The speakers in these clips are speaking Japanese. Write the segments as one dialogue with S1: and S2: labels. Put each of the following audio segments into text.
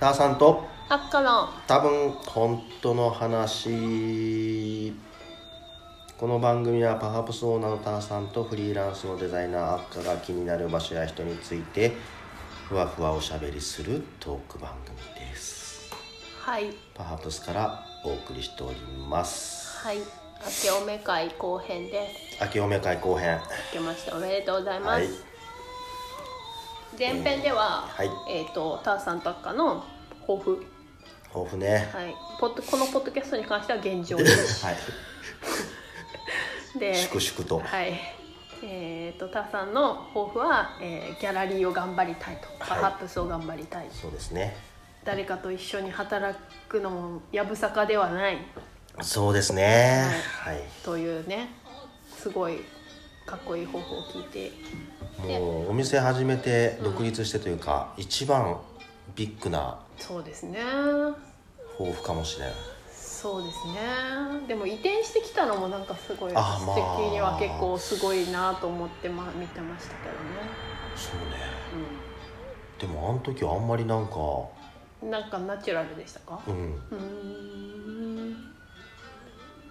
S1: ダーさんと
S2: タッカの
S1: 多分本当の話この番組はパワープスオーナーのターさんとフリーランスのデザイナーアッカが気になる場所や人についてふわふわおしゃべりするトーク番組です
S2: はい
S1: パワープスからお送りしております
S2: はい明けおめ会後編です
S1: 明けおめ会後編
S2: 明けましておめでとうございま
S1: は
S2: す、
S1: い
S2: 前編では、
S1: はい
S2: えっ、とターさんタッカの抱負
S1: 豊富ね
S2: はいポッドこのポッドキャストに関しては 現状
S1: は
S2: で
S1: い
S2: で
S1: 粛々と
S2: はいえっ、とターさんの抱負は、えーギャラリーを頑張りたいとパ
S1: はい
S2: ハップスを頑張りたい、
S1: そうですね
S2: 誰かと一緒に働くのもやぶさかではない
S1: そうですねはい
S2: というねすごいかっこいい方法を聞いて
S1: もうお店始めて独立してというか、一番ビッグな
S2: そうですね
S1: 抱負かもしれん
S2: そうですねでも移転してきたのもなんかすごい
S1: あまあ
S2: 的には結構すごいなと思って、ま見てましたけどね
S1: そうねでもあの時あんまりなんか
S2: うんなんかナチュラルでしたか
S1: うん
S2: うーん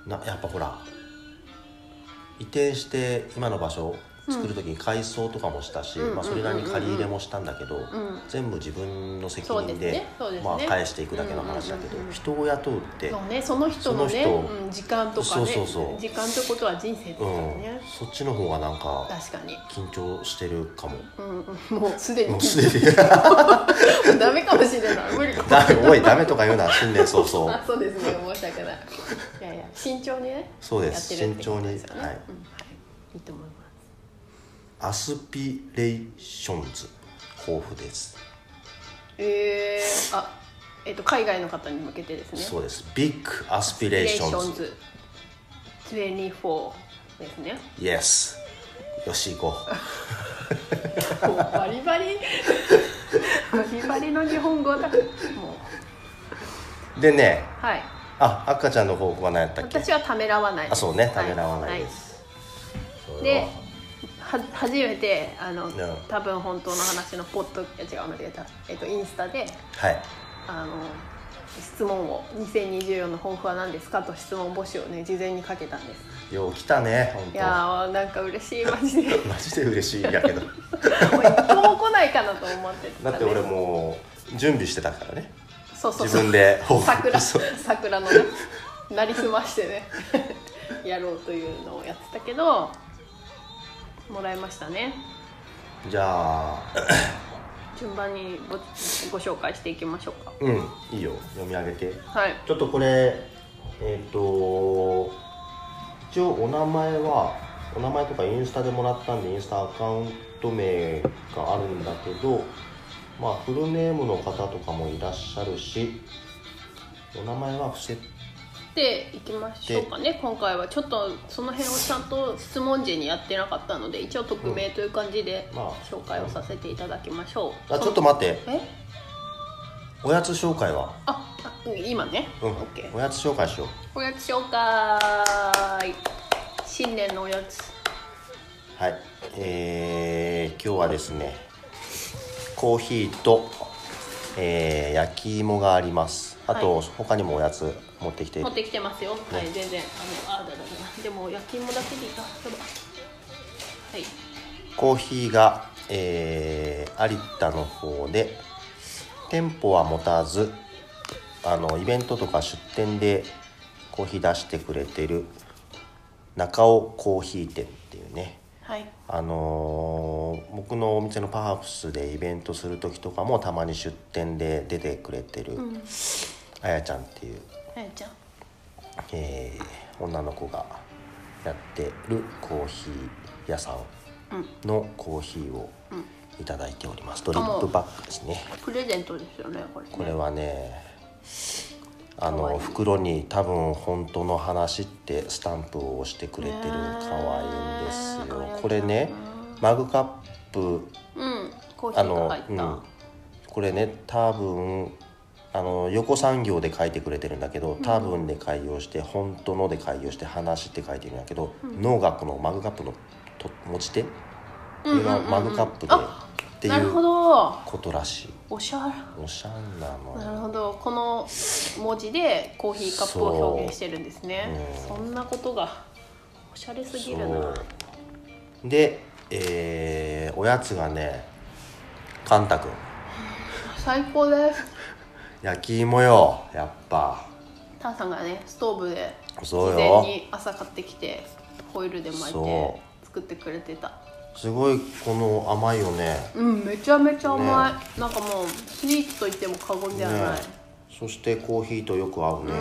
S1: なやっぱほら移転して今の場所を作る時に改装とかもしたし、
S2: うん
S1: まあ、それなりに借り入れもしたんだけど、
S2: うん
S1: 全部自分の責
S2: そうで
S1: 任
S2: す
S1: で
S2: ねそうですね
S1: まあ、返していくだけの話だけど、
S2: うんうんうんうん
S1: 人を雇うって、
S2: そうねその人のね
S1: その人
S2: うん、時間とかね
S1: そうそうそう
S2: 時間ってことは人生です
S1: う
S2: から
S1: ん
S2: ね、
S1: そっちの方がなんか
S2: 確かに、
S1: 緊張してるかも。
S2: うんうん、もうすでに
S1: もうすでに
S2: ダメかもしれない無理かも
S1: ダメおいダメとか言うな新年早
S2: あ
S1: 々
S2: そうですね申し訳ないいやいや慎重にね
S1: そうです
S2: やってるってことです
S1: 慎重
S2: よ
S1: に
S2: ね
S1: はい
S2: うんいいと思います
S1: アスピレーションズ豊富です、
S2: えー、あえっ、と海外の方に向けてですね
S1: そううですビッグアスピレーションズ
S2: ズ24ですね
S1: イエスよし行こ
S2: もうバリバリバリバリの日本語だもう
S1: うでね
S2: はい
S1: あ赤ちゃんの抱負は何やったっけ
S2: 私はためらわない
S1: あそうねためらわないで、す、
S2: は
S1: そ
S2: い
S1: れ
S2: はい
S1: は
S2: では初めてあの、
S1: ん
S2: 多分本当の話のポッドいや違う間違えた、えっとインスタで
S1: はい
S2: あの質問を2024の抱負は何ですかと質問募集をね事前にかけたんです
S1: よう来たね本
S2: いやーなんか嬉しいマ ジでもう
S1: 当マジで嬉しいんやけど
S2: 一個も来ないかなと思ってたね
S1: だって俺もう準備してたからね
S2: そうそう
S1: 自
S2: そう
S1: 分で抱負
S2: 桜
S1: そう
S2: 桜のねなりすましてね やろうというのをやってたけどもらいましたね
S1: じゃあ
S2: 順番にごご紹介していきましょうか
S1: うんいいよ読み上げて
S2: はい
S1: ちょっとこれえっ、と一応お名前はお名前とかインスタでもらったんでインスタアカウント名があるんだけどまあフルネームの方とかもいらっしゃるしお名前は伏せ
S2: でいきましょうかね今回はちょっとその辺をちゃんと質問時にやってなかったので一応匿名という感じで
S1: まあ
S2: 紹介をさせていただきましょう、
S1: あちょっと待って
S2: え
S1: おやつ紹介は
S2: ああ今ね、
S1: うん、
S2: オッケー
S1: おやつ紹介しよう
S2: おやつ紹介新年のおやつ
S1: はいえー、今日はですねコーヒーと、えー焼き芋がありますあと、
S2: は
S1: 他にもおやつ持ってきて
S2: 持ってきてますよ、はい
S1: ね
S2: 全然あのあだだだでも焼き芋だけでいいかやばはい
S1: コーヒーが、えー有田の方で店舗は持たずあのイベントとか出店でコーヒー出してくれてる中尾コーヒー店っていうね
S2: はい
S1: あのー僕のお店のパープスでイベントする時とかもたまに出店で出てくれてる、
S2: うん
S1: あやちゃんっていう、
S2: あやちゃん
S1: えー女の子がやってるコーヒー屋さん
S2: うん
S1: のコーヒーを
S2: うん
S1: いただいておりますドリップバッグですね
S2: プレゼントですよねこれね
S1: これはねあ
S2: かわい
S1: の
S2: い
S1: 袋に多分本当の話ってスタンプを押してくれてる
S2: ねえ
S1: 可愛いんです
S2: 可愛い
S1: よ
S2: な
S1: これねマグカップ
S2: うんコーヒ
S1: あ
S2: ーが
S1: の
S2: 入った、
S1: うん、これね多分あの横産業で書いてくれてるんだけど多分で開業して本当ので開業して話って書いてるんだけど、農学のマグカップのと持ち手これがマグカップで
S2: あ
S1: ってい
S2: なるほ
S1: う
S2: ど
S1: ことらしい
S2: おしゃ
S1: おしゃんなの
S2: れなる
S1: よ
S2: ほどこの文字でコーヒーカップを表現してるんですね
S1: そ
S2: そ,、
S1: うん
S2: なことがおしゃれすぎるな
S1: そうで、えーおやつがねカンタ君
S2: 最高です
S1: 焼き芋よやっぱ
S2: タンさんがねストーブで事
S1: そうよ
S2: 前に朝買ってきてホイルで巻い
S1: そ
S2: て作ってくれてた
S1: すごいこの甘いよね
S2: うんめちゃめちゃ甘い、なんかもうスイーツと言っても過言ではない、
S1: ねそしてコーヒーとよく合うね、
S2: う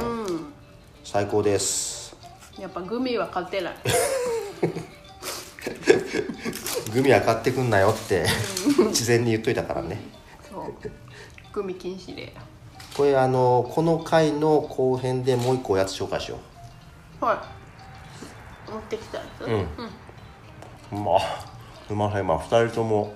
S1: 最高です
S2: んやっぱグミは勝てない
S1: グミは買ってくんなよって事前に言っといたからね
S2: そうグミ禁止で
S1: これあのこの回の後編でもう一個おやつ紹介しよ
S2: はい持ってきたやつ、
S1: ううん、うまっうまい今2人とも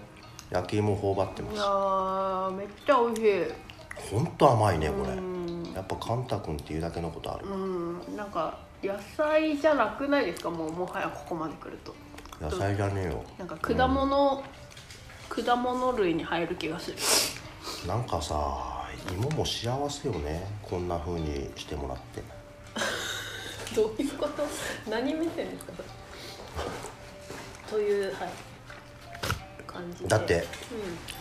S1: 焼き芋頬張ってま
S2: い
S1: す
S2: やーめっちゃ美味しい
S1: ほんと甘いねこれ、
S2: うん
S1: やっぱカンタ君っていうだけのことある、
S2: うんなんか野菜じゃなくないですかもうもはやここまで来ると
S1: 野菜じゃねえよ
S2: なんか果物、果物類に入る気がする
S1: なんかさ芋も幸せよねこんな風にしてもらって
S2: どういうこと何目線ですかそれというはい感じで
S1: だって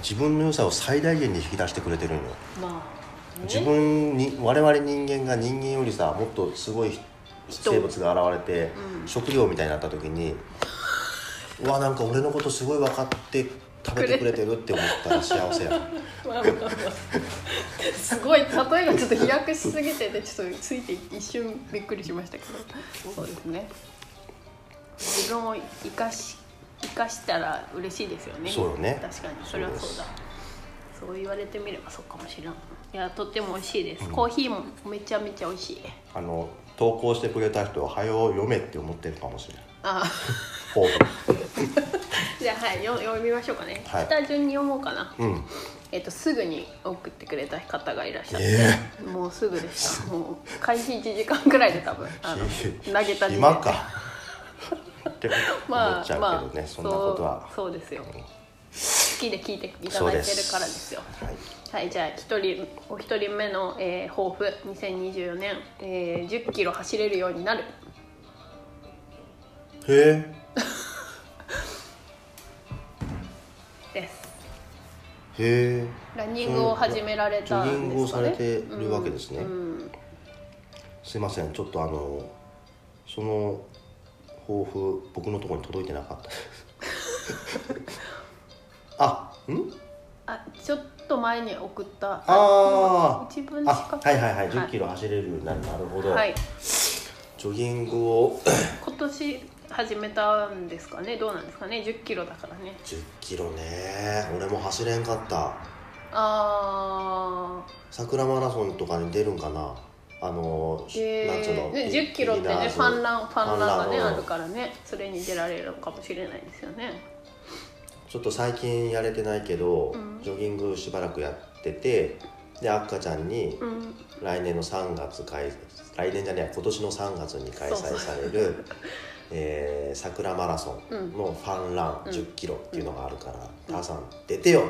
S1: 自分の良さを最大限に引き出してくれてるのよ
S2: うんまあね
S1: 自分に我々人間が人間よりさもっとすごい
S2: 人
S1: 生物が現れて、
S2: うん
S1: 食料みたいになった時にうわなんか俺のことすごい分かって食べてくれてるって思ったら幸せや
S2: まあまあまあすごい例えがちょっと飛躍しすぎててちょっとついて一瞬びっくりしましたけどそうですね自分を生かし生かしたら嬉しいですよね
S1: そうよね
S2: 確かにそれはそうだ
S1: そう
S2: そう言われてみればそうかもしれんいやとっても美味しいです、コーヒーもめちゃめちゃ美味しい
S1: あの投稿してくれた人は「はよう読め」って思ってるかもしれ ない
S2: ああ
S1: ほ
S2: じゃあはいよ読みましょうかね、
S1: はい
S2: 下順に読もうかな、
S1: ううん
S2: えっとすぐに送ってくれた方がいらっしゃって、
S1: え
S2: もうすぐでしたもう開始1時間ぐらいで多分あの投げた時点で
S1: 暇か って思
S2: ま
S1: っちゃ
S2: あ
S1: うけどね、
S2: まあ
S1: そんなことは
S2: そうそうですよ
S1: うん
S2: 好きで聞いていただいてるからですよ
S1: はい、
S2: はいじゃあ一人お一人目の、えー抱負2024年、えー、1 0キロ走れるようになる
S1: へ
S2: です
S1: えへえ
S2: ランニングを始められた
S1: ジョギ
S2: ん
S1: ン
S2: で
S1: グを
S2: すか
S1: さ
S2: ね
S1: れてるわけですね、
S2: うん
S1: すいませんちょっとあのその抱負僕のところに届いてなかったです あん
S2: あちょっと前に送った
S1: あー
S2: 一分近
S1: あ
S2: く
S1: はいはいはい1 0キロ走れるようになる、なるほど、
S2: はい、
S1: ジョギングを
S2: 今年始めたんですかねどうなんですかね10キロだからね
S1: 1 0キロね俺も走れんかった
S2: あ
S1: 桜マラソンとかに出るんかなあの、
S2: ーえ
S1: なんつうの
S2: ーね10キロってねファンランファンランが
S1: ファン
S2: ね
S1: ラン
S2: あるからねそれに出られるのかもしれないですよね
S1: ちょっと最近やれてないけど、
S2: うん
S1: ジョギングしばらくやっててで赤ちゃんに
S2: うん
S1: 来年の3月開来年じゃねえ今年の3月に開
S2: そうそ
S1: 催
S2: う
S1: される、 えー桜マラソンのファンラン
S2: うん
S1: 1 0キロっていうのがあるから「母、さん出てよ!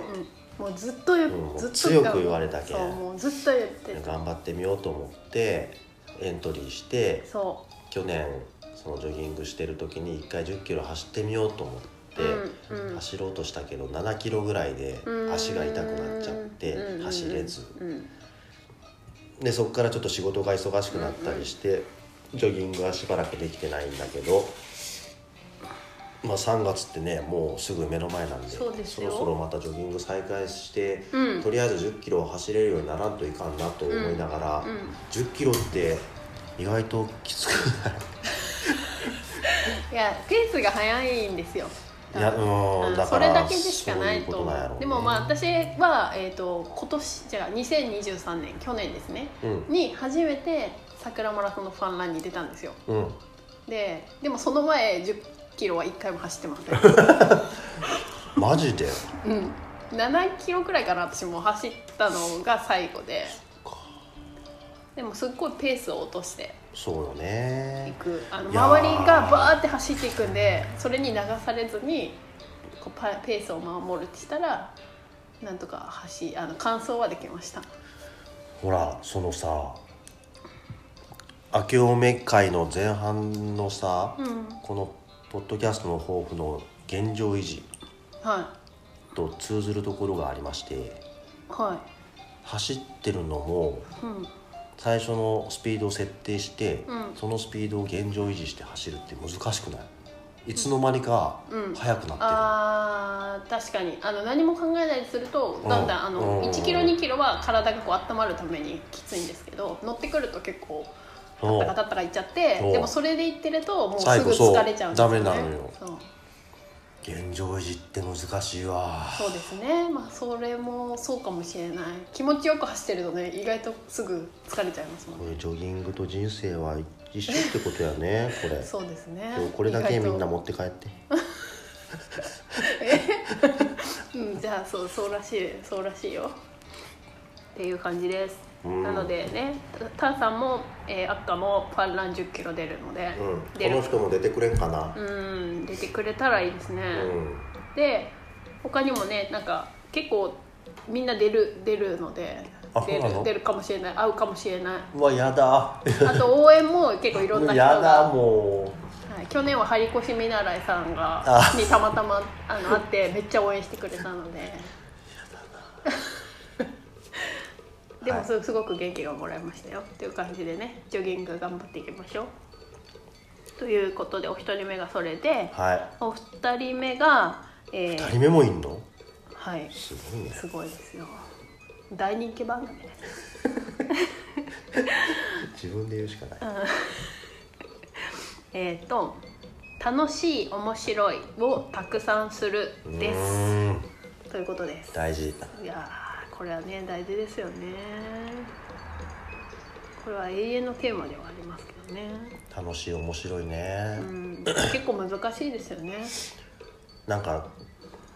S2: もうずっと言う
S1: うん
S2: ずっと
S1: 強く言われたけん
S2: そうもうずっと言ってた
S1: 頑張ってみよう」と思ってエントリーして
S2: そ
S1: 去年そのジョギングしてる時に1回1 0キロ走ってみようと思って。
S2: ううんうん
S1: 走ろうとしたけど7キロぐらいで
S2: う
S1: 足が痛くなっちゃって
S2: うん
S1: 走れず
S2: うん
S1: でそこからちょっと仕事が忙しくなったりして、ジョギングはしばらくできてないんだけど、まあ、3月ってねもうすぐ目の前なんで
S2: そうですよ
S1: ろそろまたジョギング再開して、
S2: うん
S1: とりあえず1 0キロを走れるようにならんといかんなと思いながら、
S2: うんうん
S1: 1 0キロって意外ときつくない
S2: いやペースが速いんですよ
S1: いやうー
S2: うんん
S1: だ
S2: そ
S1: か
S2: れ
S1: ら
S2: だけでしかないと
S1: そういうことなんやろうね
S2: でもまあ私は、えー、と今年じゃあ2023年去年ですね
S1: うん
S2: に初めて桜マラソンのファンランに出たんですよ
S1: うん
S2: ででもその前1 0キロは1回も走ってません、
S1: マジで
S2: うん、7キロくらいかな私も走ったのが最後ででもすっごいペースを落として
S1: そうよ
S2: い
S1: ね
S2: くあの
S1: いやー
S2: 周りがバーって走っていくんでそれに流されずにここうパペースを守るってしたらなんとか走あの完走はできました
S1: ほらそのさ明けおめ会の前半のさ、
S2: うん
S1: このポッドキャストの抱負の現状維持
S2: は
S1: と通ずるところがありまして
S2: いは
S1: 走ってるのも
S2: いうん
S1: 最初のスピードを設定して、
S2: うん
S1: そのスピードを現状維持して走るって難しくないいつの間にか
S2: うん
S1: 速くなってる、
S2: あー確かにあの何も考えないでするとだんだんあ
S1: うんうん
S2: の1キロ2キロは体がこう温まるためにきついんですけど乗ってくると結構タ
S1: うん
S2: ッタカタッタカいっちゃって
S1: そう
S2: でもそれでいってるともうすぐ
S1: 最後そう
S2: 疲れちゃうんですよね
S1: ダメなのよ
S2: そう
S1: 現状維持って難しいわ
S2: そうですねまあそれもそうかもしれない気持ちよく走ってるとね意外とすぐ疲れちゃいますもん
S1: こ
S2: ね
S1: れジョギングと人生は一緒ってことやねこれ
S2: そうですね
S1: 今日これだけみんな
S2: 意
S1: 持って帰って
S2: 外とうんじゃあそうそうらしいそうらしいよっていう感じです
S1: うん
S2: なのでねタンさんも、えー、アッカもファンラン1 0キロ出るので、
S1: うん
S2: 出
S1: こ
S2: る
S1: の人も出てくれんかな
S2: うん出てくれたらいいですね、
S1: うん
S2: で他にもねなんか結構みんな出る出るので
S1: あ
S2: 出
S1: そうなの
S2: る出るかもしれない会うかもしれないう
S1: わやだ
S2: あと応援も結構いろんな人が
S1: やだも
S2: はい、去年は張り越見習いさんが
S1: あ
S2: にたまたまあの会ってめっちゃ応援してくれたのででもすすごく元気がもらいましたよっていう感じでねジョギング頑張っていきましょうということでお一人目がそれで
S1: うはい
S2: お二人目が、えー
S1: 2人目もいんの
S2: はい
S1: すごいね
S2: すごいですよ大人気番組です
S1: 自分で言うしかない
S2: えっ、と「楽しい面白い」をたくさんする
S1: う
S2: です、
S1: ーん
S2: ということです
S1: 大事
S2: いやーこれはね大事ですよねこれは永遠のテーマではありますけどね、
S1: 楽しい面白いね
S2: う、ん、結構難しいですよね
S1: なんか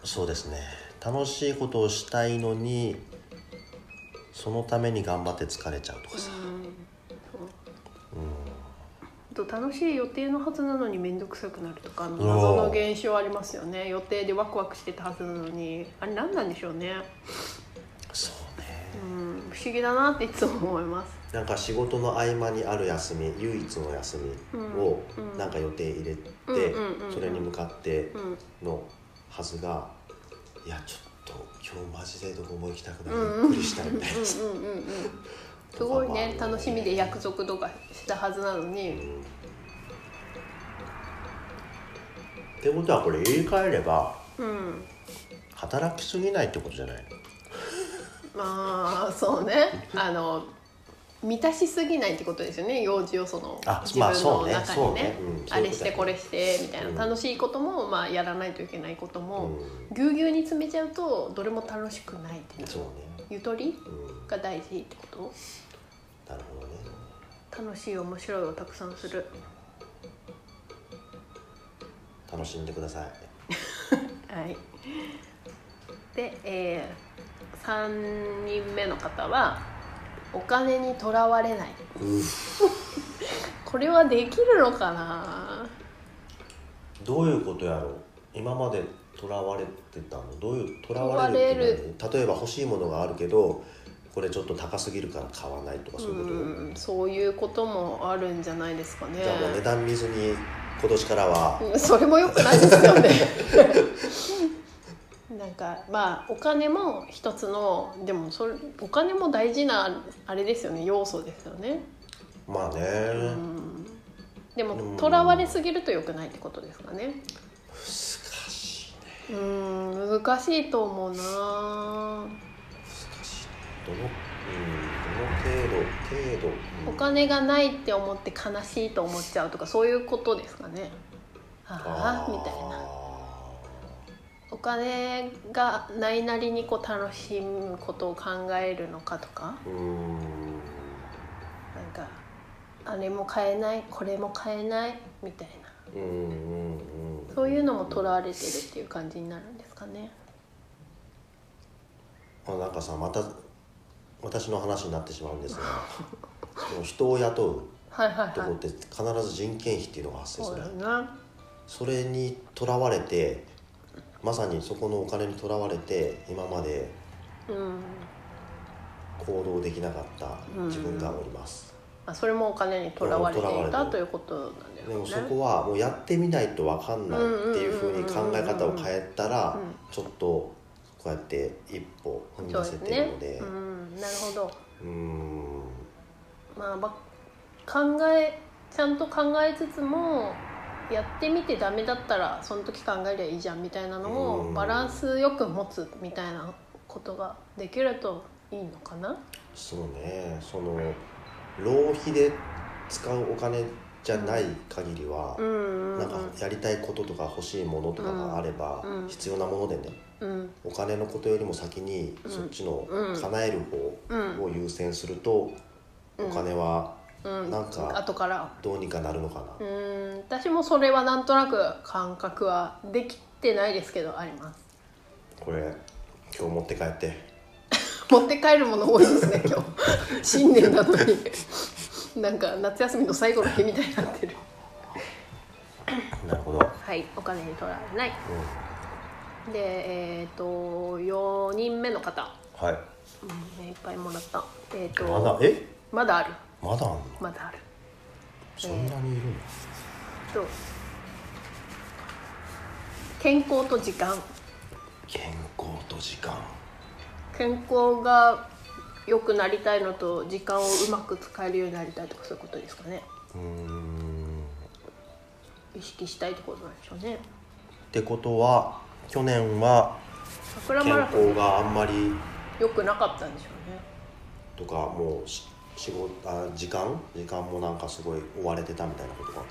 S1: そうですね楽しいことをしたいのにそのために頑張って疲れちゃうとか
S2: うん
S1: さ、
S2: そう
S1: う
S2: あと楽しい予定のはずなのに面倒くさくなるとかあの
S1: うわー
S2: 謎の現象ありますよね予定でワクワクしてたはずなのにあれ何なんでしょうね、
S1: ん、そう
S2: う
S1: ね
S2: ん、不思議だなっていつも思います
S1: なんか仕事の合間にある休み唯一の休みを
S2: うん
S1: なんか予定入れて、
S2: うんうんうんうん
S1: それに向かって
S2: うん
S1: のはずがいやちょっと今日マジでどこも行きたくない、
S2: うん
S1: ゆっくりしたいみたいな、
S2: うんうんうんうんすごいね楽しみで約束とかしたはずなのに、
S1: ってことはこれ言い換えれば
S2: うん
S1: 働きすぎないってことじゃないの
S2: まあそうねあの満たしすぎないってことですよね用事をその
S1: あ
S2: 自
S1: まあ
S2: 分の
S1: そう
S2: 中に
S1: ね
S2: ね
S1: そうねうん
S2: あれ
S1: そ
S2: し
S1: うい
S2: て
S1: うこと
S2: こ
S1: だ
S2: れしてみたいな、
S1: うん
S2: 楽しいことも、まあ、やらないといけないことも
S1: う
S2: ぎゅうぎゅうに詰めちゃうとどれも楽しくないってなる
S1: そうね、
S2: ゆとり
S1: うん、
S2: が大事ってこ
S1: なるほどね
S2: と楽しい面白いをたくさんする
S1: 楽しんでください
S2: はいで、え3人目の方はお金にとらわれないう これはできるのかな
S1: どういうことやろう今までとらわれてたのどういうとらわれるって何例えば欲しいものがあるけどこれちょっと高すぎるから買わないとかそういうこと、
S2: うんそういうこともあるんじゃないですかね
S1: じゃあもう値段見ずに今年からは、
S2: うんそれもよくないですよね なんかまあお金も一つのでもそれお金も大事なあれですよね要素ですよね、
S1: まあね、
S2: うん、で
S1: うん
S2: もとらわれすぎると良くないってことですかね
S1: 難しいね
S2: うん難しいと思うな
S1: 難しいねどのうんどの程度程度、
S2: お
S1: うん
S2: 金がないって思って悲しいと思っちゃうとかそういうことですかねああみたいなお金がないなりにこう楽しむことを考えるのかとか
S1: みたいなうん
S2: なんかあれも買えないこれも買えないみたいな
S1: うんうんうん
S2: そういうのもとらわれてるっていう感じになるんですかね
S1: あなんかさまた私の話になってしまうんですがその人を雇
S2: はいはいう
S1: とこ
S2: は
S1: ろ
S2: い
S1: って必ず人件費っていうのが発生す
S2: そう
S1: る
S2: だ
S1: そ
S2: な
S1: れにとらわれてまさにそこのお金にとらわれて今まで
S2: うん
S1: 行動できなかった自分がおります、
S2: あそれもお金にとらわれてい
S1: とらわ
S2: た
S1: れて
S2: ということなんだよね
S1: でもそこはもうやってみないと分かんないっていうふうに考え方を変えたら
S2: うん
S1: ちょっとこうやって一歩踏み
S2: そう
S1: 出せ
S2: です
S1: てい
S2: ね
S1: るので
S2: うんなるほど
S1: うーん
S2: まあば考えちゃんと考えつつもやってみてダメだったらその時考えりゃいいじゃんみたいなの
S1: う
S2: を
S1: ん
S2: バランスよく持つみたいなことができるといいのかな
S1: そうねその浪費で使うお金じゃない限りは
S2: うんうんう
S1: なんか
S2: ん
S1: やりたいこととか欲しいものとかがあれば
S2: うんうん
S1: 必要なものでね
S2: うん
S1: お金のことよりも先に
S2: うん
S1: そっちの
S2: うん
S1: 叶える
S2: うん
S1: 方を優先すると
S2: う
S1: お
S2: ん
S1: 金は
S2: うん
S1: なんか
S2: 後から
S1: どうにかなるのかな
S2: うん私もそれはなんとなく感覚はできてないですけどあります
S1: これ今日持って帰って
S2: 持って帰るもの多いですね今日新年なのになんか夏休みの最後の日みたいになってる
S1: なるほど、うん、
S2: はいお金にとらわれないでえっ、と4人目の方、
S1: はい
S2: うん、いっぱいもらったえっ、と
S1: まだえ
S2: まだある
S1: まだあんの
S2: まだある
S1: そんなにいるの
S2: と健康と時間
S1: 健康と時間
S2: 健康が良くなりたいのと時間をうまく使えるようになりたいとかそういうことですかね
S1: うーん
S2: 意識したいってことなんでしょうね
S1: ってことは去年は
S2: 桜
S1: 健
S2: マラソン
S1: 康があんまり
S2: 良くなかったんでしょうね
S1: とかもうし仕事あ時間時間もなんかすごい追われてたみたいなことがあっ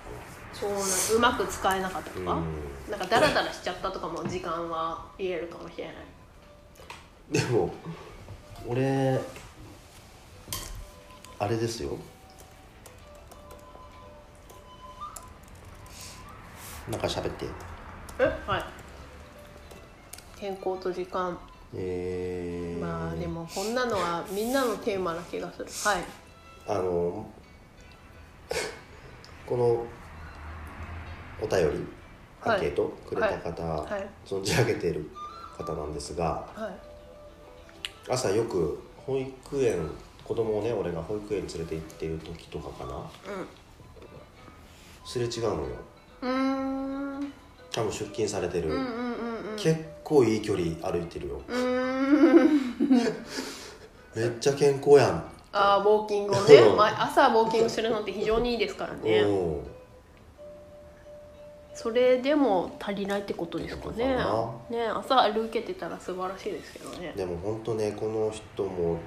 S2: そうなんうまく使えなかったと
S1: た
S2: か、
S1: な
S2: なんかダラダラしちゃったとかも時間は言えるかもしれない
S1: でも俺あれですよなんか喋って
S2: えはい健康と時間
S1: えー、
S2: まあでもこんなのはみんなのテーマな気がするはい
S1: あの このお便りア
S2: はい
S1: ンケートくれた方、
S2: はいはい
S1: 存じ上げている方なんですが
S2: はい
S1: 朝よく保育園子供をね俺が保育園に連れて行ってる時とかかなすれ違うのよ
S2: うんうーん
S1: 多分出勤されてる、
S2: うんうんうんうん
S1: 結構いい距離歩いてるよ
S2: うーん
S1: めっちゃ健康やん、
S2: ああウォーキングをね
S1: うん、
S2: まあ、朝ウォーキングするのって非常にいいですからね
S1: うん
S2: それでも足りないってことですかね
S1: そうか
S2: ね朝歩けてたら素晴らしいですけどね
S1: でもほんとねこの人も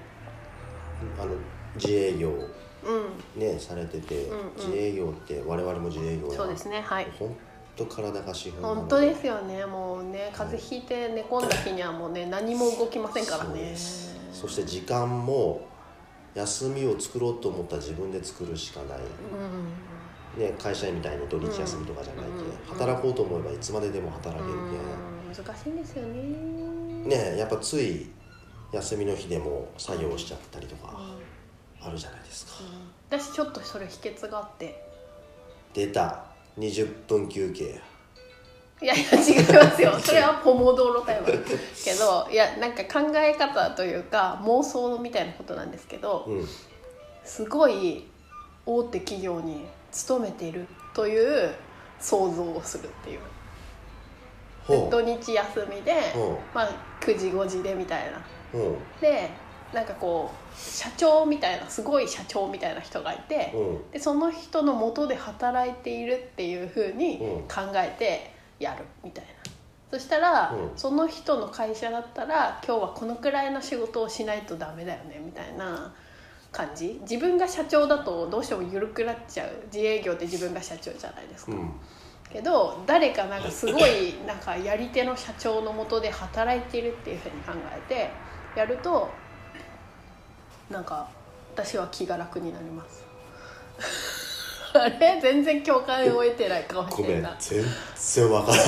S1: あの自営業
S2: う
S1: ねされてて、
S2: うんうん
S1: 自営業って我々も自営業
S2: ん
S1: や
S2: そうですねはい
S1: ほんと体が資本なの
S2: 本当ですよねもうね風邪ひいて寝込んだ日にはもうね何も動きませんから
S1: そう
S2: ね
S1: ですそして時間も休みを作ろうと思ったら自分で作るしかない、
S2: うん
S1: ね、会社員みたいに土日休みとかじゃないけ、
S2: うんうん
S1: 働こうと思えばいつまででも働ける
S2: うん難しいんですよね
S1: け、ん、ねやっぱつい休みの日でも作業しちゃったりと
S2: うん
S1: かあるじゃないですか、
S2: うん私ちょっとそれ秘訣があって
S1: 出た20分休憩
S2: いやいや違いますよそれはポモドーロタイムけどいやなんか考え方というか妄想みたいなことなんですけど
S1: うん
S2: すごい大手企業に勤めているという想像をするっていう
S1: ほ
S2: 土日休みで、
S1: うほ
S2: まあ、9時5時でみたいな
S1: うほ
S2: でなんかこう社長みたいなすごい社長みたいな人がいて
S1: う、うん
S2: でその人のもとで働いているっていうふうに
S1: うん
S2: 考えてやるみたいな。そしたら、
S1: うん
S2: その人の会社だったら今日はこのくらいの仕事をしないとダメだよねみたいな感じ自分が社長だとどうしても緩くなっちゃう自営業って自分が社長じゃないですか、
S1: うん
S2: けど誰かなんかすごいなんかやり手の社長のもとで働いているっていうふうに考えてやるとなんか私は気が楽になります あれ全然共感を得てないかもし
S1: ご
S2: れ
S1: め
S2: ん
S1: ん
S2: ない
S1: 全然わからん
S2: か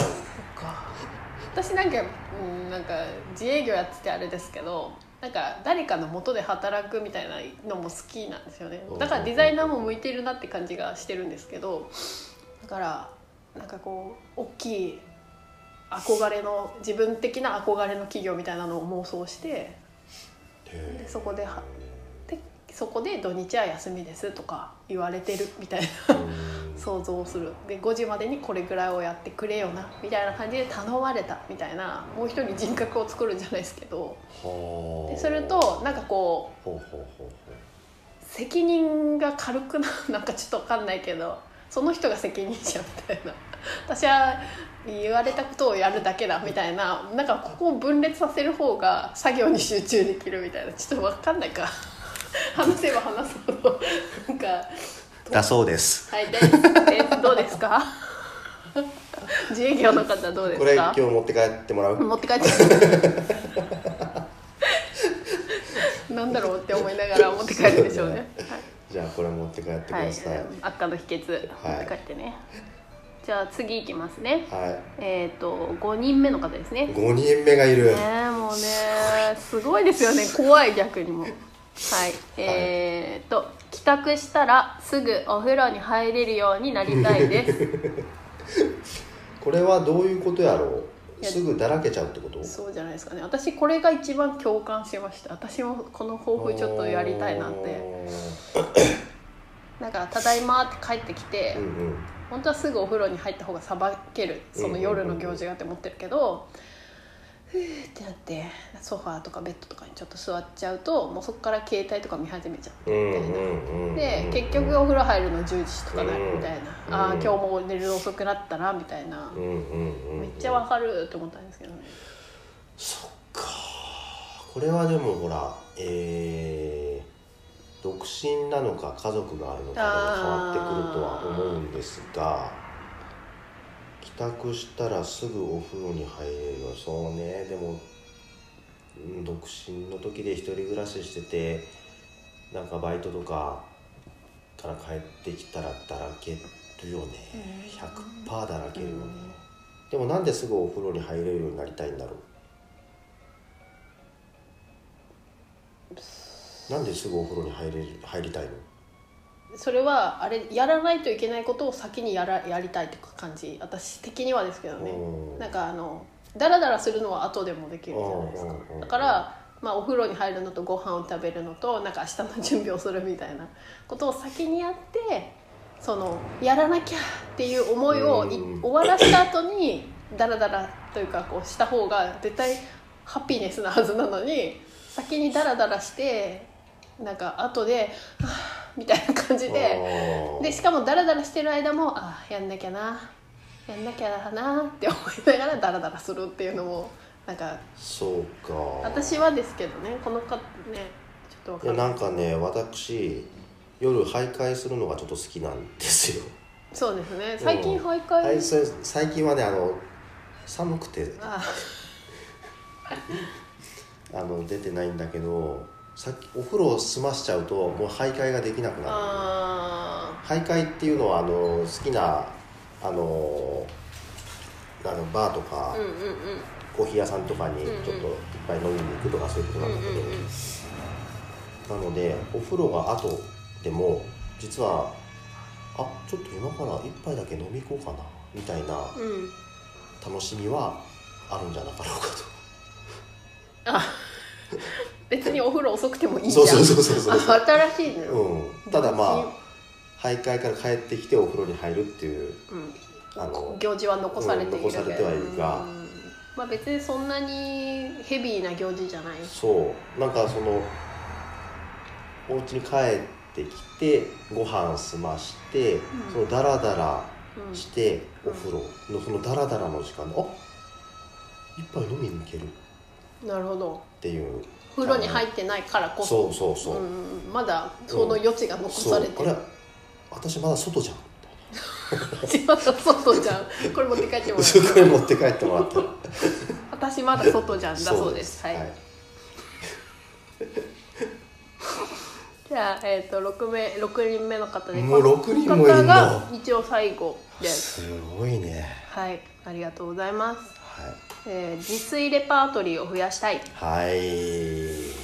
S2: 私なんか、うん、なんか自営業やっててあれですけどなんか誰かの元で働くみたいなのも好きなんですよねだからデザイナーも向いてるなって感じがしてるんですけどだからなんかこう大きい憧れの自分的な憧れの企業みたいなのを妄想して
S1: で
S2: そこではでそこで土日は休みですとか言われてるみたいな
S1: うん
S2: 想像をするで5時までにこれぐらいをやってくれよなみたいな感じで頼まれたみたいなもう一人人格を作るんじゃないですけど
S1: は
S2: で
S1: あ
S2: するとなんかこう
S1: ほうほうほうほ
S2: 責任が軽くななんかちょっと分かんないけどその人が責任者みたいな 私は言われたことをやるだけだみたいななんかここを分裂させる方が作業に集中できるみたいなちょっと分かんないか話せば話すほどなんか。
S1: うだそうです
S2: はい、ですですどうですか。自営業の方どうで
S1: これ
S2: す
S1: 今
S2: か
S1: 日。持って帰ってもらう
S2: 持って帰って。なんだろうって思いながら持って帰るでしょうね。
S1: じゃあこれ持って帰ってく
S2: はい、は
S1: だ
S2: い
S1: さい、
S2: 悪化の秘訣、
S1: はい
S2: 持って帰ってね。じゃあ次いきますね。
S1: は
S2: えっ、と五人目の方ですね。
S1: い、
S2: ね
S1: 5人目がいる、
S2: えもうねすごいですよね。怖い逆にも。はい、えっ、と帰宅したらすぐお風呂に入れるようになりたいです。
S1: これはどういうことやろう
S2: いや
S1: すぐだらけちゃうってこと
S2: そうじゃないですかね私これが一番共感しました私もこの抱負ちょっとやりたいなってだから「ただいま」って帰ってきて、
S1: うんうん
S2: 本当はすぐお風呂に入った方がさばけるその夜の行事がって思ってるけど、ふーってなってソファーとかベッドとかにちょっと座っちゃうともうそこから携帯とか見始めちゃう
S1: うんうんうん
S2: で結局お風呂入るの10時とかなるみたい
S1: うん
S2: な、ああ今日も寝るの遅くなったなみたいな
S1: う、んうんうん
S2: めっちゃわかると思ったんですけどね
S1: そっかこれはでもほらえー、独身なのか家族があるのかが変わってくるとは思うんですが帰宅したらすぐお風呂に入れるよそうねでもうん独身の時で一人暮らししててなんかバイトとかから帰ってきたらだらけるよね
S2: うん
S1: 100%だらけるよね、
S2: うん
S1: でもなんですぐお風呂に入れるようになりたいんだろうなんですぐお風呂に入れる入りたいの
S2: それはあれやらないといけないことを先にやらやりたいとか感じ私的にはですけどね
S1: うん
S2: なんかあのダラダラするのは後でもできるじゃないですか
S1: うんうんうんうん
S2: だから、まあ、お風呂に入るのとご飯を食べるのとなんか明日の準備をするみたいなことを先にやってそのやらなきゃっていう思いをい
S1: うん
S2: 終わらした後にダラダラというかこうした方が絶対ハッピーネスなはずなのに先にダラダラしてなんか後で「はあみたいな感じで。
S1: あー
S2: でしかもダラダラしてる間もあーやんなきゃなやんなきゃなって思いながらダラダラするっていうのもなんか
S1: そうか
S2: 私はですけどねこの方ねちょっ
S1: い
S2: と
S1: や
S2: わかんない
S1: なんかね私夜徘徊するのがちょっと好きなんですよ
S2: そうですね最近徘徊、
S1: はいそれ最近はねあの寒くて
S2: あ
S1: あの出てないんだけどさっきお風呂を済ましちゃうともう徘徊ができなくなる
S2: あ
S1: 徘徊っていうのはあの好きなあのあのバーとか、
S2: ーうんうんうん
S1: コーヒー屋さんとかに
S2: うんうん
S1: ちょっといっぱい飲みに行くとかそういうこと
S2: う
S1: なんん
S2: うん
S1: だけど、
S2: うん
S1: なのでお風呂が後でも実はあちょっと今から一杯だけ飲み行こうかなみたいな
S2: うん
S1: 楽しみはあるんじゃなかろうか
S2: 別にお風呂遅くてもい
S1: と
S2: いじゃ
S1: そ
S2: ん
S1: うそうそうそうそう
S2: あ新しいね、
S1: うん、ただまあ徘徊から帰ってきてお風呂に入るっていう
S2: うん
S1: あの
S2: 行事は残されている
S1: うん残されてはいるが
S2: うんまあ別にそんなにヘビーな行事じゃない
S1: そうなんかそのお家に帰ってきてご飯済まして、
S2: ん
S1: そのダラダラ
S2: うん
S1: して、
S2: うん
S1: お風呂のそのダラダラの時間であ一杯飲みに行けるっ
S2: なるほど
S1: ていう
S2: 風呂に入ってないからこそ
S1: そうそうそう、
S2: うん、まだその余地が残
S1: そ
S2: され
S1: う
S2: て
S1: あ
S2: る
S1: れ私まだ外じゃん
S2: 私まだ外じゃんこれ持って帰っても ら
S1: そ
S2: う
S1: こへ持って帰ってもら ったら
S2: 私まだ外じゃんだそうですはい、じゃあ、えー、と 6, 名6人目の方で
S1: もう六人もいる
S2: こ
S1: の
S2: の方が一応最後です
S1: すごいね
S2: はいありがとうございます、
S1: はい
S2: えー自炊レパートリーを増やしたい
S1: はい
S2: 自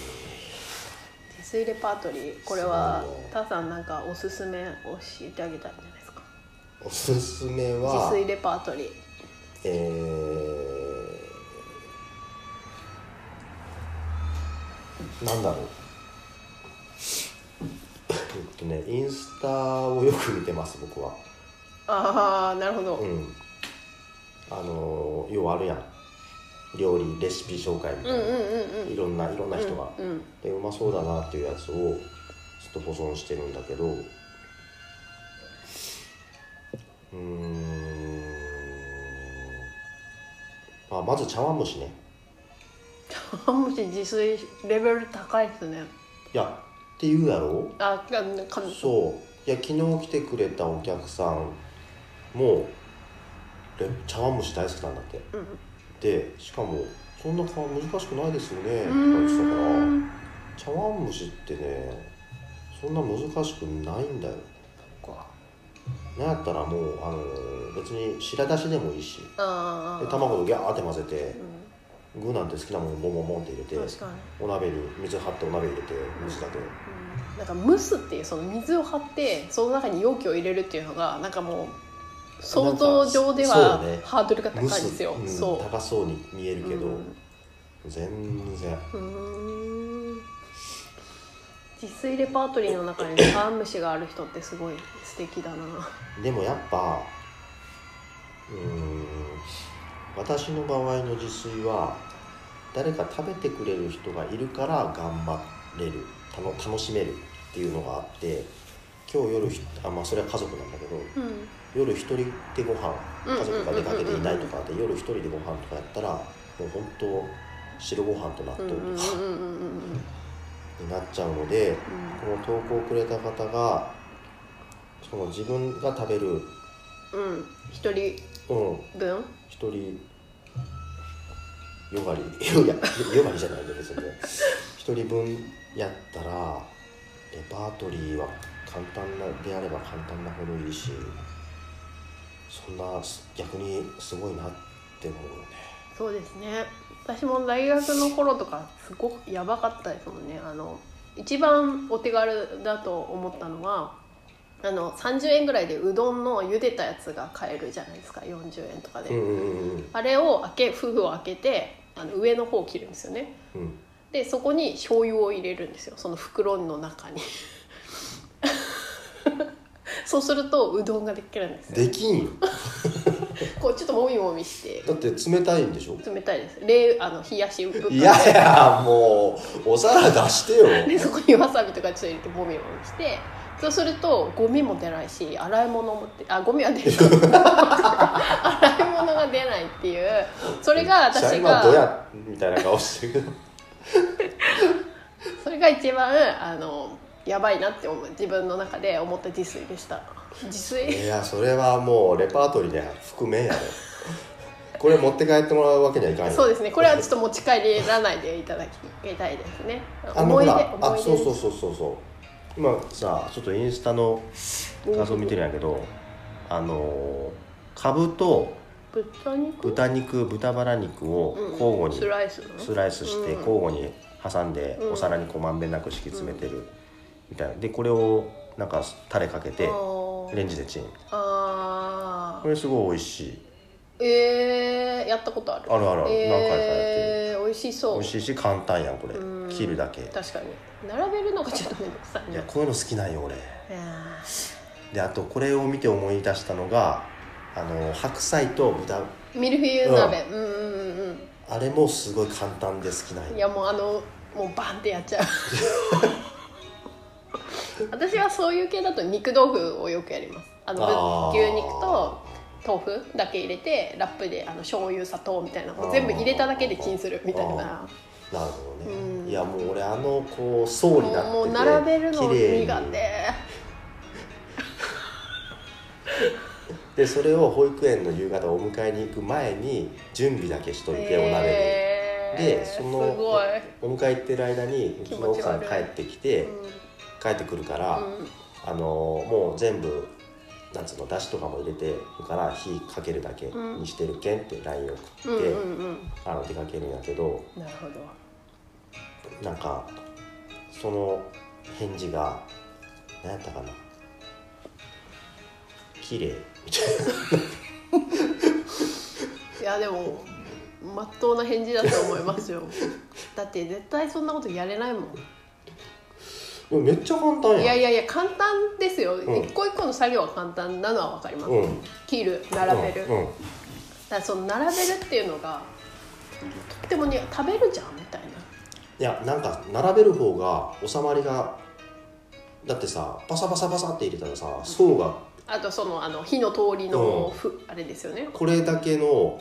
S2: 炊レパートリーこれは
S1: すごいね
S2: タさんなんかおすすめ教えてあげたいんじゃないですか
S1: おすすめ
S2: 自
S1: は
S2: 炊レパートリー
S1: えーなんだろう えっとねインスタをよく見てます僕は
S2: ああなるほど、
S1: うんあのーようあるやん料理レシピ紹介み
S2: う
S1: た
S2: ん、
S1: い
S2: うん
S1: な、
S2: うんうん
S1: いろんないろんな人が、
S2: うんうん
S1: でうまそうだなっていうやつをちょっと保存してるんだけどうーん、まあ、まず茶碗蒸しね
S2: 茶 碗蒸し自炊レベル高いですね
S1: いやって言うやろ
S2: あかか
S1: そういや昨日来てくれたお客さんもレ茶碗蒸し大好きなんだって
S2: うん
S1: でしかもそんなか難しくないですよねって
S2: う
S1: 感じだから
S2: ーん
S1: 茶碗蒸しってねそんな難しくないんだよなんやったらもうあの別に白だしでもいいし
S2: あ
S1: で
S2: ー
S1: 卵とギャーって混ぜて
S2: う
S1: 具なんて好きなものボンボンボンって入れて
S2: ん、確かに、
S1: お鍋に水張ってお鍋入れて蒸すだけ
S2: うん、なんか蒸すっていうその水を張ってその中に容器を入れるっていうのがなんかもう想像上で
S1: なんか
S2: は
S1: そうね
S2: ハードルが高いんですよ
S1: 蒸すうん
S2: そ
S1: 高そうに見え
S2: う
S1: るけど、
S2: うん
S1: 全然
S2: うーん自炊レパートリーの中に茶碗蒸しがある人ってすごい素敵だな
S1: でもやっぱうーん私の場合の自炊は誰か食べてくれる人がいるから頑張れるたの楽しめるっていうのがあって今日夜ひあ、まあ、それは家族なんだけど
S2: うん
S1: 夜一人でご飯
S2: うん
S1: 家族が出かけていないとかで夜一人でご飯とかやったらもう本当白ご飯と納
S2: うん
S1: 豆
S2: う
S1: と
S2: んうんうん
S1: か
S2: うんうんうん
S1: になっちゃうので。この投稿をくれた方がその自分が食べる、うん、
S2: うん一人分
S1: 一人よがりいやよがりじゃないで別に一人分やったらレパートリーは簡単なであれば簡単なほどいいしそんなす逆にすごいなって思うよね
S2: そうですね私も大学の頃とかすごくやばかったですもんねあの一番お手軽だと思ったのはあの30円ぐらいでうどんの茹でたやつが買えるじゃないですか40円とかで、
S1: うんうんうん
S2: あれを開け封を開けてあの上の方を切るんですよね
S1: うん
S2: でそこに醤油を入れるんですよその袋の中に そうするとうどんができるんですよ
S1: できんよ
S2: こうちょっともみもみして
S1: だって冷たいんでしょ
S2: 冷たいです冷あの冷やしぶっかけ
S1: いやいやもうお皿出してよ
S2: でそこにわさびとかちょっと入れてもみもみしてそうするとゴミも出ないし洗い物もであゴミは出る洗い物が出ないっていうそれが
S1: じゃあ
S2: 私
S1: 今どう
S2: が
S1: やみたいな顔してるけど
S2: それが一番あのやばいなって思う自分の中で思った自炊でした自炊
S1: いやそれはもうレパートリーで含め やろこれ持って帰ってもらうわけにはいかんよ
S2: そうですねこれはちょっと持ち帰りらないでいただきたいですね
S1: あの
S2: 思
S1: ほ
S2: い出
S1: ら
S2: 思
S1: あ
S2: い出
S1: そうそうそうそうそう今さちょっとインスタの画像見てるんやけどあのーかぶと
S2: 豚肉
S1: 豚肉豚バラ肉を
S2: うん
S1: 交互に
S2: スライスの
S1: スライスして
S2: うん
S1: 交互に挟んで
S2: うん
S1: お皿にこうまんべんなく敷き詰めてるみたいなでこれをなんかタレかけて
S2: あー
S1: レンジでチン
S2: あー
S1: これすごい美味しい
S2: えー、やったことある
S1: あるあるある何回かやってる
S2: えー、美味しそう
S1: 美味しいし簡単やんこれ
S2: うん
S1: 切るだけ
S2: 確かに並べるのがちょっと面倒くさい
S1: い
S2: ね
S1: やこういうの好きなんよ俺
S2: いやー
S1: であとこれを見て思い出したのがあの白菜と豚
S2: ミルフィーユ鍋、うん、うんうんうん
S1: あれもすごい簡単で好きなんよ
S2: いやもうあのもうバンってやっ ちゃう私はそういう系だと肉豆腐をよくやりますあの
S1: あー
S2: ぶ牛肉と豆腐だけ入れてラップであの醤油砂糖みたいなの
S1: あ
S2: を
S1: ー
S2: 全部入れただけでチンするみたいな
S1: なるほどね、
S2: うん
S1: いやもう俺あのこう層
S2: も
S1: に
S2: う
S1: なってて
S2: もう並べるの苦
S1: 綺麗に
S2: 手
S1: でそれを保育園の夕方お迎えに行く前に準備だけしといて、お鍋で
S2: えー
S1: でその
S2: すごい、
S1: お迎え行ってる間にう
S2: 気
S1: ち
S2: 持
S1: の
S2: ち悪い
S1: 奥さん帰ってきて、帰ってくるから、
S2: うんうん
S1: あのもう全部なんつうのだしとかも入れてるから火かけるだけにしてるけんって LINE 送って、
S2: うんうんうん
S1: あの出かけるんやけど
S2: なるほど
S1: なんかその返事が何やったかな綺麗みたい
S2: いやでもまっとうな返事だと思いま すよだって絶対そんなことやれないもん
S1: でもめっちゃ簡単やん
S2: いやいやいや簡単ですよ、
S1: ん
S2: 一個一個の作業は簡単なのは分かります、
S1: うん
S2: 切る並べる、
S1: うんうん
S2: だからその並べるっていうのがとってもね食べるじゃんみたいない
S1: やなんか並べる方が収まりがだってさパサパサパサって入れたらさ層が
S2: あとそのあの火の通りの
S1: うん
S2: ふ、あれですよね
S1: これだけの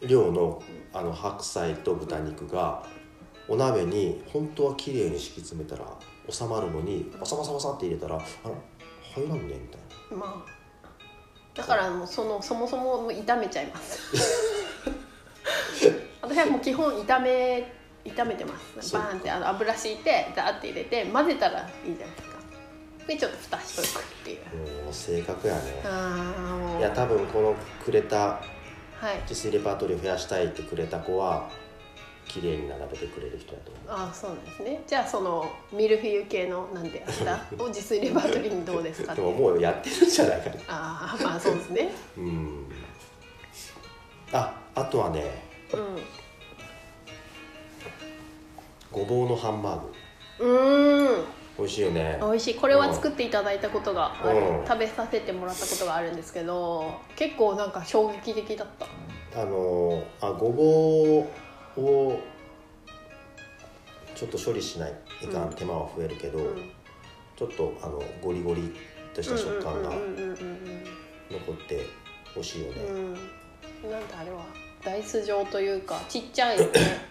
S1: 量のあの白菜と豚肉がお鍋に本当は綺麗に敷き詰めたら収まるのにパサパサパサって入れたらあら入らんねみたい
S2: まあだからもうそのそもそももう炒めちゃいます 私はもう基本炒め炒めてます
S1: そう
S2: バーンってあの油敷いてザーって入れて混ぜたらいいじゃないですかでちょっと蓋しとくっていう
S1: なもう性格やね
S2: ああもう
S1: いや多分このくれた
S2: はい
S1: 自炊レパートリーを増やしたいってくれた子は綺麗に並べてくれる人やと思う
S2: ああそうなんですねじゃあそのミルフィーユ系のなんであったを自炊レパートリーにどう ですかっ
S1: で
S2: て
S1: ももうやってるんじゃないかな
S2: ああまあそうですね
S1: うんああとはね
S2: う
S1: ごぼうのハンバーグ
S2: んうーん
S1: 美味しいよね
S2: 美味しいこれは作っていただいたことがある、
S1: うん
S2: 食べさせてもらったことがあるんですけど結構なんか衝撃的だった
S1: あのあごぼうをちょっと処理しないいかん、
S2: うん
S1: 手間は増えるけど、
S2: うん
S1: ちょっとあのゴリゴリとした食感が
S2: うんうんうん
S1: 残って美味しいよね、
S2: うんうんうんなんだあれはダイス状というかちっちゃい、ね、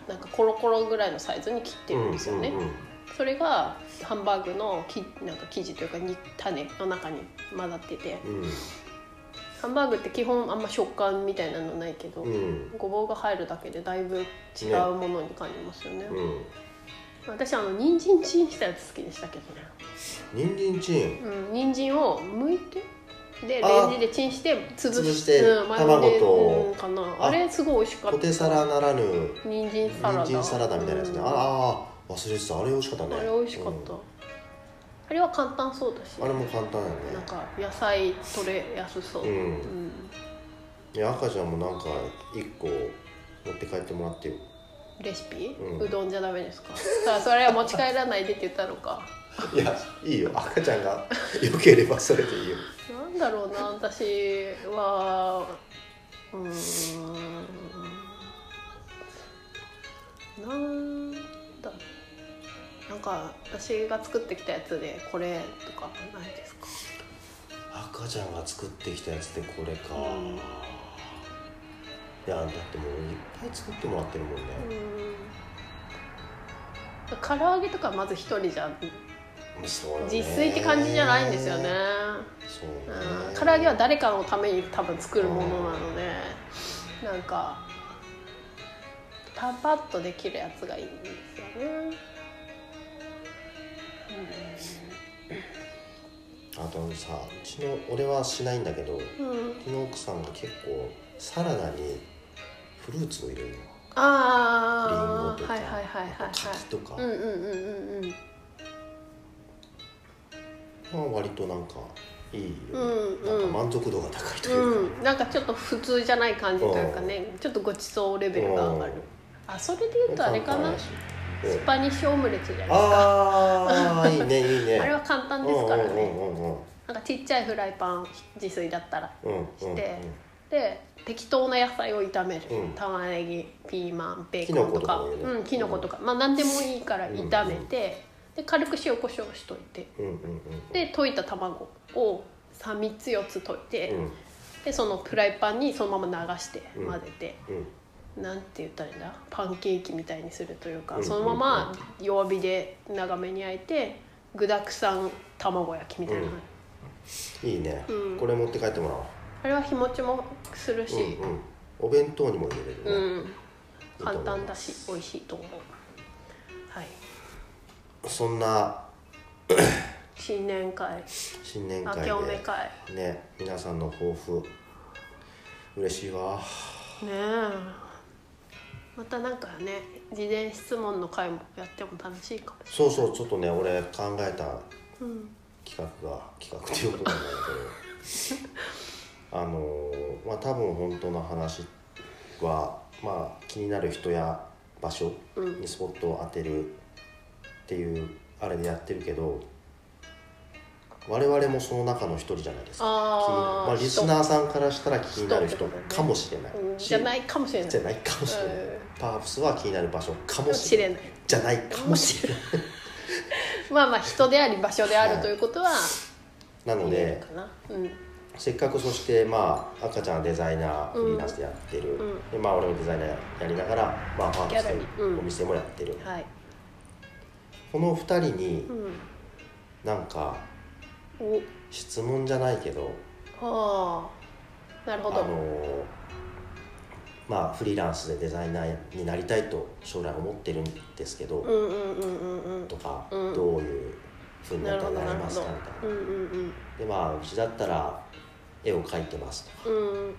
S2: なんかコロコロぐらいのサイズに切ってるんですよね、
S1: うんうんうん
S2: それがハンバーグのきなんか生地というかに種の中に混ざっててハンバーグって基本あんま食感みたいなのないけど、
S1: うんうん
S2: ごぼうが入るだけでだいぶ違うものに感じますよね
S1: うん
S2: 私あの人参チンしたやつ好きでしたけどね
S1: 人参チン
S2: うん人参を剥いてで
S1: あ
S2: レンジでチンして潰
S1: 潰して
S2: うん、マヨネーズ
S1: 卵と
S2: かな
S1: あ
S2: あれすごい美味しかった
S1: ポテサラならぬ
S2: 人参サラダ
S1: 人参サラダみたいなやつね、あ
S2: う
S1: あ
S2: ん
S1: ー忘れてたあれ美味しかったね
S2: あれ美味しかった、
S1: うん
S2: あれは簡単そうだし
S1: あれも簡単やね
S2: なんか野菜取れやすそう、
S1: う
S2: うん
S1: んいや赤ちゃんもなんか一個持って帰ってもらってよ
S2: レシピ、う
S1: うん
S2: どんじゃダメですか だからそれは持ち帰らないでって言ったのか
S1: いやいいよ赤ちゃん がよければそれでいいよ
S2: なんだろうな私はうーんなんだろうなんか私が作ってきたやつでこれとかないですか
S1: 赤ちゃんが作ってきたやつでこれか、
S2: うん
S1: いやだってもういっぱい作ってもらってるもんね、
S2: うーん唐揚げとかまず一人じゃ
S1: そうよね
S2: 自炊って感じじゃないんですよね、
S1: そう
S2: う
S1: ね
S2: ん唐揚げは誰かのために多分作るものなのでなんかパパッとできるやつがいいんですよね
S1: あとさうちの俺はしないんだけどう
S2: うん、うん
S1: ちの奥さんが結構サラダにフルーツを入れるの
S2: あ
S1: リンゴとか
S2: あはいはいはいはい
S1: 柿とか、
S2: はいうんうんうんうんうん
S1: まあ、割となんかいいよね、
S2: うんうん
S1: なんか満足度が高いというか、
S2: うん、なんかちょっと普通じゃない感じというかねちょっとごちそうレベルが上がる
S1: うん
S2: あそれで言うとあれか
S1: 簡単
S2: な
S1: やし
S2: ス
S1: うん
S2: パニッシュオムレツじゃないですか
S1: ああいいねいいね
S2: あれは簡単ですからね、
S1: うんうんうん
S2: なんかちっちゃいフライパン自炊だったら
S1: うんうんうん
S2: してで適当な野菜を炒める、
S1: うん
S2: 玉ねぎピーマンベーコンとか
S1: キノコとかもいいね
S2: うん、キノコとか、まあ何でもいいから炒めて、で軽く塩コショウしといて
S1: うんうんうん
S2: で溶いた卵を3つ4つ溶いて、
S1: うん
S2: でそのフライパンにそのまま流して
S1: うん
S2: 混ぜて、
S1: うん
S2: なんて言ったらいいんだパンケーキみたいにするというか、
S1: うん
S2: そのまま弱火で長めに焼いて具だくさん卵焼きみたいな、
S1: うんいいね、
S2: うん
S1: これ持って帰ってもらおう
S2: あれは日持ちもするし、
S1: うんうんお弁当にも入れれるね、
S2: うん、簡単だし美味しいと思うはい
S1: そんな
S2: 新年会
S1: 新年
S2: 明
S1: 会で
S2: けおめ会
S1: ね皆さんの抱負嬉しいわ
S2: ねえまたなんかね事前質問の会もやっても楽しいかもし
S1: そうそうちょっとね俺考えた
S2: れない、うん、
S1: 企画が企画っていうことなんだ けどあのーまあ多分本当の話はまあ、気になる人や場所
S2: うん
S1: にスポットを当てるっていうあれでやってるけど我々もその中の一人じゃないですか
S2: あー
S1: まあ、リスナーさんからしたら気になる人かもしれない
S2: うん
S1: し
S2: じゃないかもしれない
S1: じゃないかもしれない、
S2: うん
S1: パープスは気になる場所かもし
S2: 知
S1: れない
S2: れない
S1: じゃないかもしれない
S2: まあまあ人であり場所であ
S1: は
S2: る
S1: い
S2: ということは
S1: なの
S2: 言える
S1: で
S2: かな、うん
S1: せっかくそしてまあ赤ちゃんはデザイナーフリーランスでやってる、
S2: うん
S1: でまあ俺もデザイナーやりながら、まあ、パープス
S2: ギャラリーうん
S1: のお店もやってる、
S2: はい、
S1: この2人に
S2: うん、
S1: なんか
S2: お
S1: 質問じゃないけど
S2: はあなる
S1: あ
S2: ほど
S1: のまあフリーランスでデザイナーになりたいと将来思ってるんですけど、
S2: うんうんうんうんうん
S1: とか、
S2: うん
S1: どういうふうになっ
S2: なる
S1: た
S2: ほ
S1: ら
S2: ど
S1: なりま
S2: なるほ
S1: す
S2: ど
S1: かみたいな
S2: うんうん
S1: でまあうちだったら絵を描いてますとか、
S2: うん
S1: ま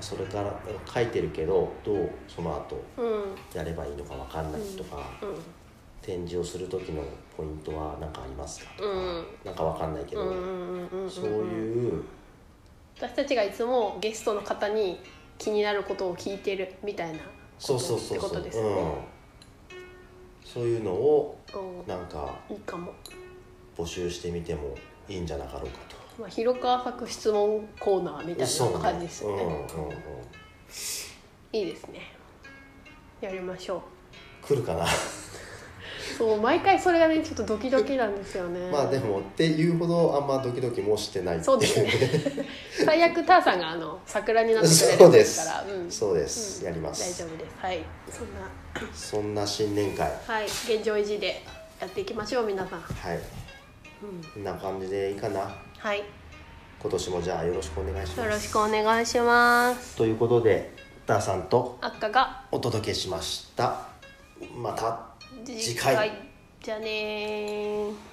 S1: あ、それから描いてるけどどうその後
S2: うんうん
S1: やればいいのか分かんないとか、展示をする時のポイントは何かありますかとか、
S2: うん
S1: なんか分かんないけど、
S2: うんうんうんうん
S1: そういう
S2: 私たちがいつもゲストの方に気になることを聞いてるみたいな
S1: そうそうそう
S2: こ
S1: そ
S2: と
S1: う、
S2: ですよ
S1: うん
S2: ね、
S1: そういうのを
S2: う
S1: なんか
S2: んいいかも、
S1: 募集してみてもいいんじゃなかろうかと。
S2: まあ、広川博質問コーナーみた
S1: そう
S2: いな
S1: な
S2: 感
S1: ん
S2: じ
S1: で
S2: ですすよね、
S1: うんうんうん、
S2: いいですねやりましょ
S1: 来るかな
S2: うそう毎回それがねちょっとドキドキなんですよね
S1: まあでもっていうほどあんまドキドキもしてないってい
S2: そうですね最悪ターさんがあの桜になってくれ
S1: そ
S2: る
S1: うん
S2: で
S1: ですす
S2: からう ん
S1: そうです、
S2: うん
S1: やりま
S2: 大
S1: す
S2: 丈夫ですはいそんな
S1: そんな新年会
S2: はい現状維持でやっていきましょう皆さん、
S1: はい
S2: うん、
S1: こんな感じでいいかな
S2: はいよ
S1: 今年もじゃあよろしくお願いします
S2: ろしくお願いします
S1: ということでダーさんと
S2: あっかが
S1: お届けしましたまた
S2: 次
S1: 次回
S2: 回じゃあねー。